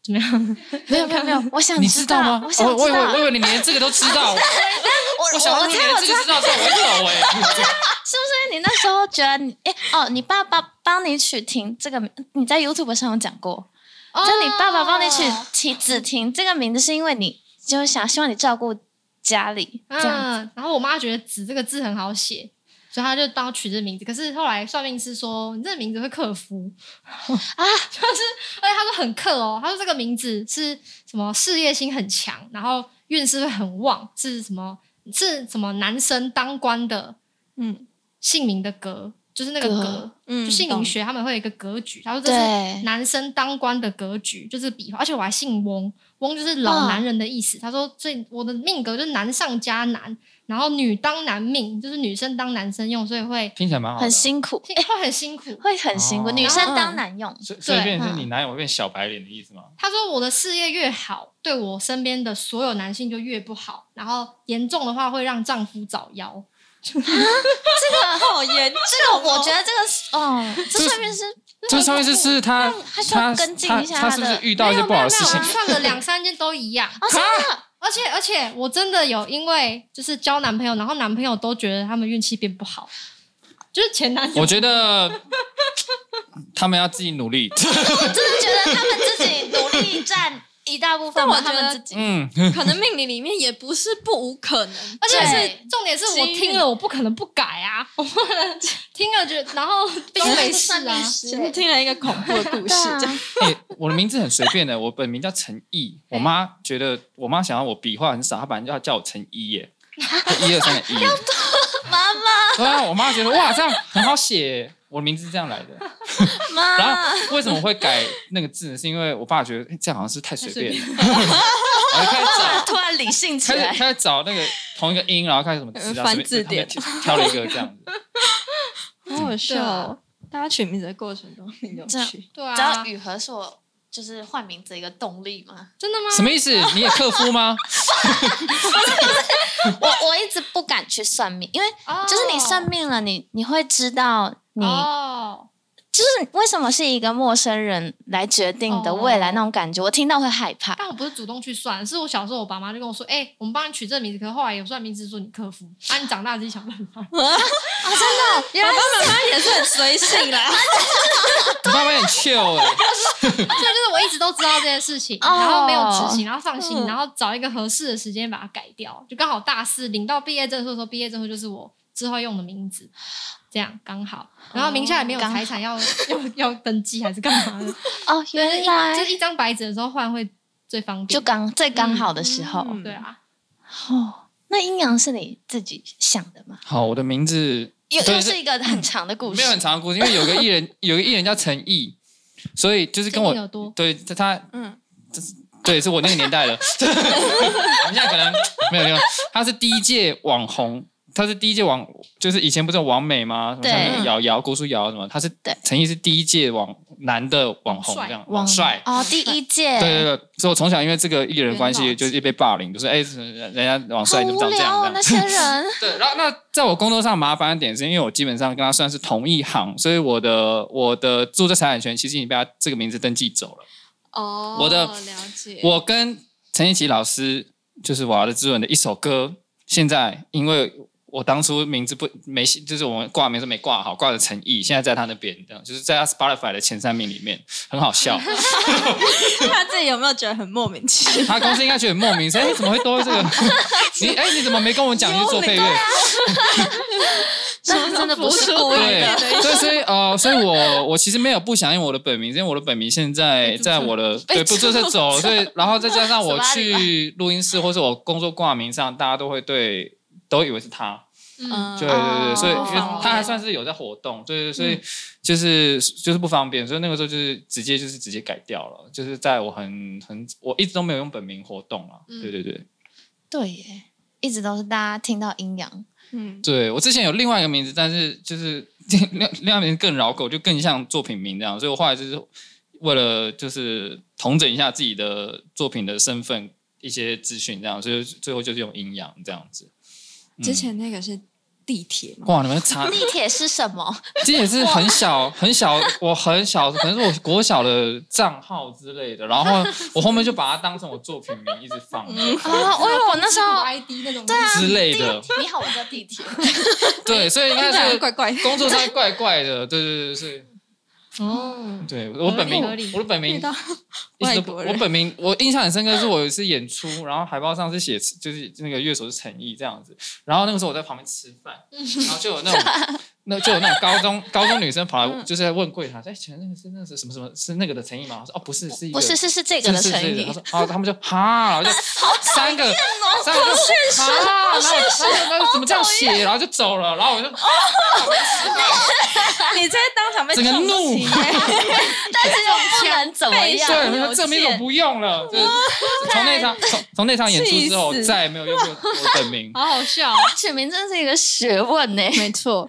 Speaker 5: 怎么样，
Speaker 3: 没有没有没 有，我想
Speaker 2: 你知道吗？
Speaker 3: 我
Speaker 2: 哦
Speaker 3: 想
Speaker 2: 我
Speaker 3: 知
Speaker 2: 以为我
Speaker 3: 道，
Speaker 2: 以为你连这个都知道，我想
Speaker 3: 我我
Speaker 2: 说你
Speaker 3: 猜
Speaker 2: 连
Speaker 3: 我
Speaker 2: 这个知道之后，我会走哎。
Speaker 3: 是不是你那时候觉得你哎哦，你爸爸帮你取婷这个名，你在 YouTube 上有讲过，
Speaker 5: 哦
Speaker 3: 就你爸爸帮你取起子婷这个名字，是因为你就是想希望你照顾家里这样。
Speaker 5: 嗯，然后我妈觉得“子”这个字很好写，所以她就帮我取这名字。可是后来算命师说，你这个名字会克夫啊，就是而且他说很克哦，他说这个名字是什么事业心很强，然后运势会很旺，是什么是什么男生当官的
Speaker 4: 嗯
Speaker 5: 姓名的格，就是那个
Speaker 3: 格
Speaker 5: 格
Speaker 4: 嗯
Speaker 5: 就姓名
Speaker 4: 懂
Speaker 5: 学他们会有一个格局，他说这
Speaker 3: 对
Speaker 5: 是男生当官的格局，就是比划。而且我还姓翁，翁就是老
Speaker 3: 嗯
Speaker 5: 男人的意思。他说，所以我的命格就是男上加男，然后女当男命，就是女生当男生用，所以会
Speaker 2: 听起来蛮好的，
Speaker 3: 很辛苦，哎
Speaker 5: 会很辛苦。
Speaker 3: 会很辛苦。
Speaker 2: 哦
Speaker 3: 女生当男用，
Speaker 2: 所以所以
Speaker 5: 对
Speaker 2: 变成是你男友会变小白脸的意思吗？
Speaker 5: 他说我的事业越好，对我身边的所有男性就越不好，然后严重的话会让丈夫早夭。
Speaker 4: 好严，
Speaker 3: 这个我觉得这个是，哦，这
Speaker 2: 这
Speaker 3: 算命师
Speaker 2: 这上面就是他
Speaker 3: 他需要
Speaker 2: 他
Speaker 3: 跟进
Speaker 2: 他
Speaker 3: 一下
Speaker 2: 他
Speaker 3: 他
Speaker 2: 是
Speaker 3: 的
Speaker 2: 不是遇到一些不好的事
Speaker 5: 没有
Speaker 2: 情
Speaker 5: 我？算了两三件都一样，啊
Speaker 3: 哦，真的
Speaker 5: 而且而且我真的有因为就是交男朋友，然后男朋友都觉得他们运气变不好，就是前男友。
Speaker 2: 我觉得他们要自己努力。
Speaker 3: 我真的觉得他们自己努力占一大部分吧，他
Speaker 4: 但我觉得
Speaker 3: 们自己。
Speaker 2: 嗯，
Speaker 4: 可能命理里面也不是不无可能，
Speaker 5: 而且
Speaker 3: 对
Speaker 5: 是重点是我听了，我不可能不改啊，我不 可能听了就然后都没事啊。
Speaker 4: 只是听了一个恐怖的故
Speaker 3: 对
Speaker 4: 事，
Speaker 3: 啊
Speaker 4: 这样
Speaker 2: 哎，我的名字很随便的，我本名叫陈毅。我妈觉得我妈想要我笔画很少，她本来就要叫我陈一耶，就一二三的一。
Speaker 3: 妈妈
Speaker 2: 对啊，我妈觉得哇，这样很好写，我的名字是这样来的。然
Speaker 3: 妈，
Speaker 2: 后为什么会改那个字呢？是因为我爸觉得、诶这样好像是太随便了，然后就开始
Speaker 3: 突
Speaker 2: 找
Speaker 3: 然突然理性起
Speaker 2: 开
Speaker 3: 来
Speaker 2: 始，开始找那个同一个音，然后开始什么字啊，
Speaker 4: 翻
Speaker 2: 随便
Speaker 4: 字典
Speaker 2: 他们挑了一个这样子。
Speaker 4: 好好笑
Speaker 5: 对
Speaker 4: 哦。大家取名字的过程中很有
Speaker 3: 这样
Speaker 4: 趣，
Speaker 5: 对
Speaker 3: 知道
Speaker 5: 啊，
Speaker 3: 雨禾是我就是换名字一个动力吗？
Speaker 5: 真的吗？
Speaker 2: 什么意思？你也克夫吗？
Speaker 3: 我我一直不敢去算命，因为
Speaker 5: 哦
Speaker 3: 就是你算命了，你你会知道你、
Speaker 5: 哦，
Speaker 3: 就是为什么是一个陌生人来决定你的未来
Speaker 5: 哦
Speaker 3: 那种感觉，我听到会害怕。
Speaker 5: 但我不是主动去算，是我小时候我爸妈就跟我说，哎、我们帮你取这个名字，可是后来有算命师说你克夫，啊，你长大自己想办法。
Speaker 4: 爸爸妈妈也是很随性啦。
Speaker 2: 你爸妈很 chill 哎、
Speaker 5: 所以就是我一直都知道这件事情，
Speaker 3: 哦
Speaker 5: 然后没有执行，然后放心，
Speaker 4: 嗯
Speaker 5: 然后找一个合适的时间把它改掉，就刚好大四领到毕业证书的时候，毕业证书就是我之后用的名字，这样刚好。然后名下也没有
Speaker 3: 哦刚好
Speaker 5: 财产要、要要登记还是干 嘛的，
Speaker 3: 哦，原来
Speaker 5: 就是一张白纸的时候换会最方
Speaker 3: 就
Speaker 5: 便。
Speaker 3: 刚最刚好的时候。
Speaker 4: 嗯
Speaker 5: 对啊，
Speaker 3: 哦，那阴阳是你自己想的吗？
Speaker 2: 好，我的名字
Speaker 3: 又
Speaker 2: 对
Speaker 3: 又是一个很长的故事，
Speaker 2: 没有很长的故事，因为有个艺 人，有个艺人叫陈毅，所以就是跟
Speaker 5: 这
Speaker 2: 我
Speaker 5: 个有多
Speaker 2: 对他
Speaker 4: 嗯，
Speaker 2: 对，是我那个年代的。 我们现在可能没有没有，他是第一届网红，他是第一届网，就是以前不是有王美吗？什么
Speaker 3: 对
Speaker 2: 像那个瑶瑶、郭书瑶什么，他是
Speaker 3: 对
Speaker 2: 陈毅是第一届网男的网红
Speaker 5: 帅
Speaker 2: 这样，网帅。
Speaker 3: 哦，第一届，
Speaker 2: 对 对对，所以我从小因为这个艺人关
Speaker 4: 元
Speaker 2: 系，
Speaker 4: 老
Speaker 2: 就是被霸凌，就是哎，人家网
Speaker 3: 好
Speaker 2: 帅你怎么
Speaker 3: 无聊
Speaker 2: 长这样这
Speaker 3: 哦
Speaker 2: 样，
Speaker 3: 那。些人
Speaker 2: 对，然后那在我工作上麻烦的点是，因为我基本上跟他算是同一行，所以我的我的著作财产权其实已经被他这个名字登记走了。
Speaker 4: 哦，
Speaker 2: 我的
Speaker 4: 了解，
Speaker 2: 我跟陈奕奇老师就是《我要的之吻》的一首歌，现在因为我当初名字不没，就是我们挂名字没挂好，挂的陈奕，现在在他那边，这样就是在他 Spotify 的前三名里面，很好笑。
Speaker 4: 他自己有没有觉得很莫名其 妙？
Speaker 2: 他公司应该觉得很莫名，说哎、怎么会多这个？ 你哎、你怎么没跟我讲去做配乐？
Speaker 3: 那真的不是故意
Speaker 2: 对
Speaker 3: 的，
Speaker 2: 对，所以呃，所以我我其实没有不想用我的本名，因为我的本名现在在我的对不注册走了，所以然后再加上我
Speaker 3: 什么啊
Speaker 2: 去录音室或是我工作挂名上，大家都会对都以为是他，
Speaker 5: 嗯，
Speaker 2: 对对对，
Speaker 3: 哦
Speaker 2: 所以
Speaker 5: 不
Speaker 2: 因为
Speaker 5: 方
Speaker 2: 他还
Speaker 5: 便
Speaker 2: 算是有在活动，对对，所以就是就是不方便，所以那个时候就是直接就是直接改掉了，就是在我很很我一直都没有用本名活动啊，
Speaker 5: 嗯
Speaker 2: 对对对，
Speaker 3: 对耶，一直都是大家听到阴阳，
Speaker 4: 嗯，
Speaker 2: 对我之前有另外一个名字，但是就是另另外一个名字更绕口，就更像作品名这样，所以我后来就是为了就是统整一下自己的作品的身份一些资讯这样，所以最后就是用阴阳这样子。嗯
Speaker 4: 之前那个是地铁嘛，
Speaker 2: 哇，你们查
Speaker 3: 地铁是什么？
Speaker 2: 这也是很小很小，我很小，可能是我国小的账号之类的。然后我后面就把它当成我作品名一直放
Speaker 3: 啊，我以为我那时候
Speaker 5: ID 那种，对啊
Speaker 2: 之类的。
Speaker 3: 你好，我叫地铁。
Speaker 2: 哎对，所以应该
Speaker 4: 对
Speaker 2: 是
Speaker 4: 怪怪的。
Speaker 2: 工作上怪怪的。对对对，所以
Speaker 5: 哦，
Speaker 2: 对我本名
Speaker 5: 合理合理，
Speaker 2: 我的本名
Speaker 4: 遇到
Speaker 2: 一直
Speaker 4: 外
Speaker 2: 都
Speaker 4: 国
Speaker 2: 我
Speaker 4: 人
Speaker 2: 本名我印象很深刻，是我有一次演出，然后海报上是写就是那个乐手是陈毅这样子，然后那个时候我在旁边吃饭，然后就有那种那就有那种高中高中女生跑来
Speaker 4: 嗯
Speaker 2: 就是在问柜台，哎，前那个是那个是什么什么是那个的陈毅吗？我说哦不是是一个
Speaker 3: 不是，是是这
Speaker 2: 是
Speaker 3: 个的
Speaker 2: 是
Speaker 3: 成
Speaker 2: 是
Speaker 3: 语
Speaker 2: 他。说啊，他们就哈，然后就三个三个就哈，然后然后怎么这样写，然后就走了，然后我就
Speaker 4: 你在当场被
Speaker 2: 整个
Speaker 4: 撞
Speaker 2: 怒
Speaker 4: 击耶
Speaker 3: 但是又不能怎么样，
Speaker 2: 对，
Speaker 3: 有
Speaker 2: 那证明
Speaker 3: 见
Speaker 2: 我不用了。就是从那场从从那场演出之后，
Speaker 4: 气死
Speaker 2: 再也没有用过我本名。
Speaker 5: 好好笑哦，
Speaker 3: 取名真是一个学问呢。
Speaker 4: 没错，哦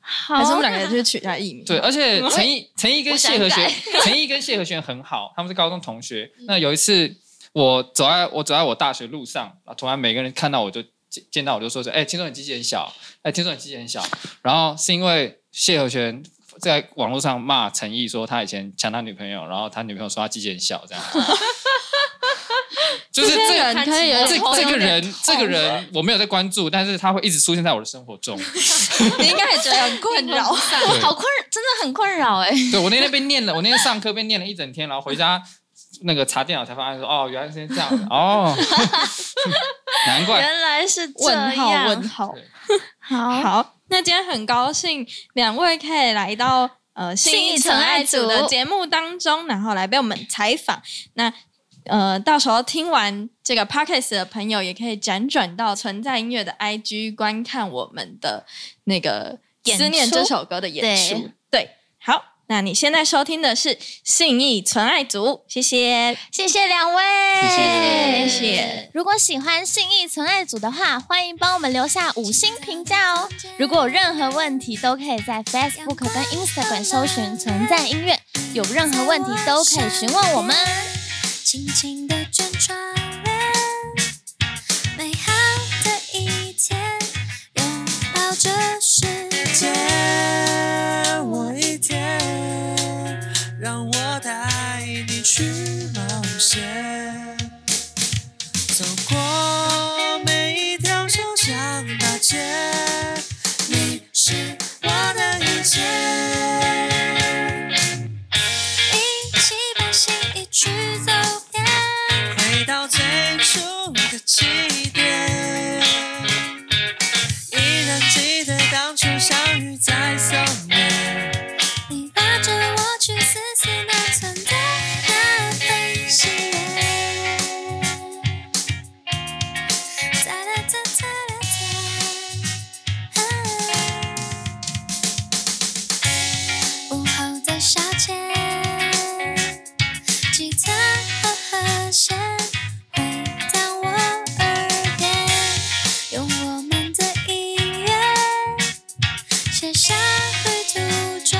Speaker 3: 还
Speaker 4: 还是我们两个去取一下艺名。
Speaker 2: 对，，而且陈毅陈毅跟谢和
Speaker 3: 我
Speaker 2: 弦
Speaker 3: 想，
Speaker 2: 陈毅跟谢和弦很好，他们是高中同学。
Speaker 4: 嗯
Speaker 2: 那有一次，我走在我走在我大学路上，啊，突然每个人看到我就见见到我就说是，哎、听说你机器很小，哎、听说你机器很小。然后是因为谢和弦在网络上骂陈毅说他以前抢他女朋友，然后他女朋友说他机器很小，这样。就是
Speaker 4: 这
Speaker 2: 这
Speaker 4: 些人可以有
Speaker 2: 这
Speaker 4: 点
Speaker 2: 这个
Speaker 4: 有点
Speaker 2: 人，这个人我没有在关注，但是他会一直出现在我的生活 中。
Speaker 4: 你应该也觉得 很困扰。
Speaker 2: 对
Speaker 3: 好困，真的很困扰哎。
Speaker 2: 对我那天被念了，我那天上课被念了一整天，然后回家那个查电脑才发现说，哦，原来是这样子，哦， 难怪。
Speaker 3: 原来是这
Speaker 4: 问号问
Speaker 3: 样。
Speaker 4: 号。
Speaker 3: 好，
Speaker 4: 好，那今天很高兴两位可以来到呃
Speaker 3: 信义
Speaker 4: 信义
Speaker 3: 纯
Speaker 4: 纯
Speaker 3: 爱
Speaker 4: 爱组的
Speaker 3: 组
Speaker 4: 节目当中，然后来被我们采访。那呃，到时候听完这个 podcast 的朋友，也可以辗转到存在音乐的 IG 观看我们的那个《
Speaker 3: 演
Speaker 4: 思念》
Speaker 3: 出
Speaker 4: 这首歌的演出。
Speaker 3: 对
Speaker 4: 对，好，那你现在收听的是信义纯爱组，谢谢。
Speaker 3: 谢谢两位，
Speaker 4: 谢
Speaker 2: 谢
Speaker 4: 谢。
Speaker 3: 如果喜欢信义存爱组的话，欢迎帮我们留下五星评价哦。如果有任何问题，都可以在 Facebook 跟 Instagram 搜寻“存在音乐”，有任何问题都可以询问我们。
Speaker 6: 轻轻地卷窗帘，美好的一天，拥抱这世界。
Speaker 7: 借我一天，让我带你去冒险，走过每一条小巷大街，你是我的一切。
Speaker 6: 一起把心意去走遍，
Speaker 7: 回到最初的起点，依然记得当初相遇在松烟。
Speaker 6: 你拉着我去思思那存在那份喜悦。哒啦哒哒啦哒啊午后的消遣，吉他和和弦回荡我耳边，用我们的音乐。写下旅途中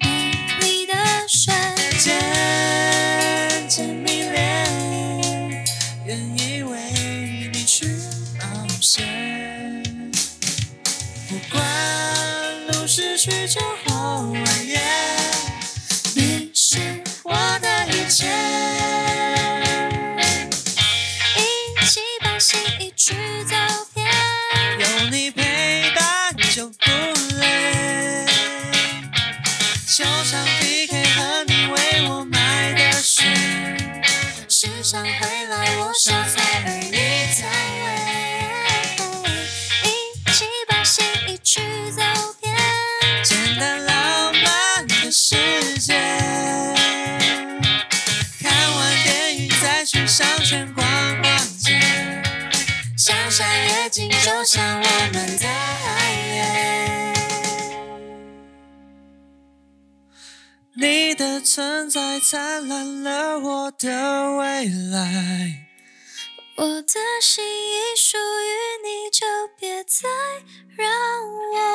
Speaker 6: 美丽的瞬间。
Speaker 7: 渐渐迷恋，愿意为你去冒险。不管路是曲折或蜿蜒，
Speaker 6: 你是
Speaker 7: 我的一切。
Speaker 6: 一起把心意去走遍，
Speaker 7: 有你陪伴就不累，就像 PK 和你为我买的水，
Speaker 6: 时常回来我手菜，而你在尾。一起把心意去走遍，
Speaker 7: 简单浪漫的世界。看完电影再去商圈逛逛街，
Speaker 6: 想山越近，就像我们的爱。
Speaker 7: 你的存在灿烂了我的未来。
Speaker 6: 我的心已属于你，就别再让我。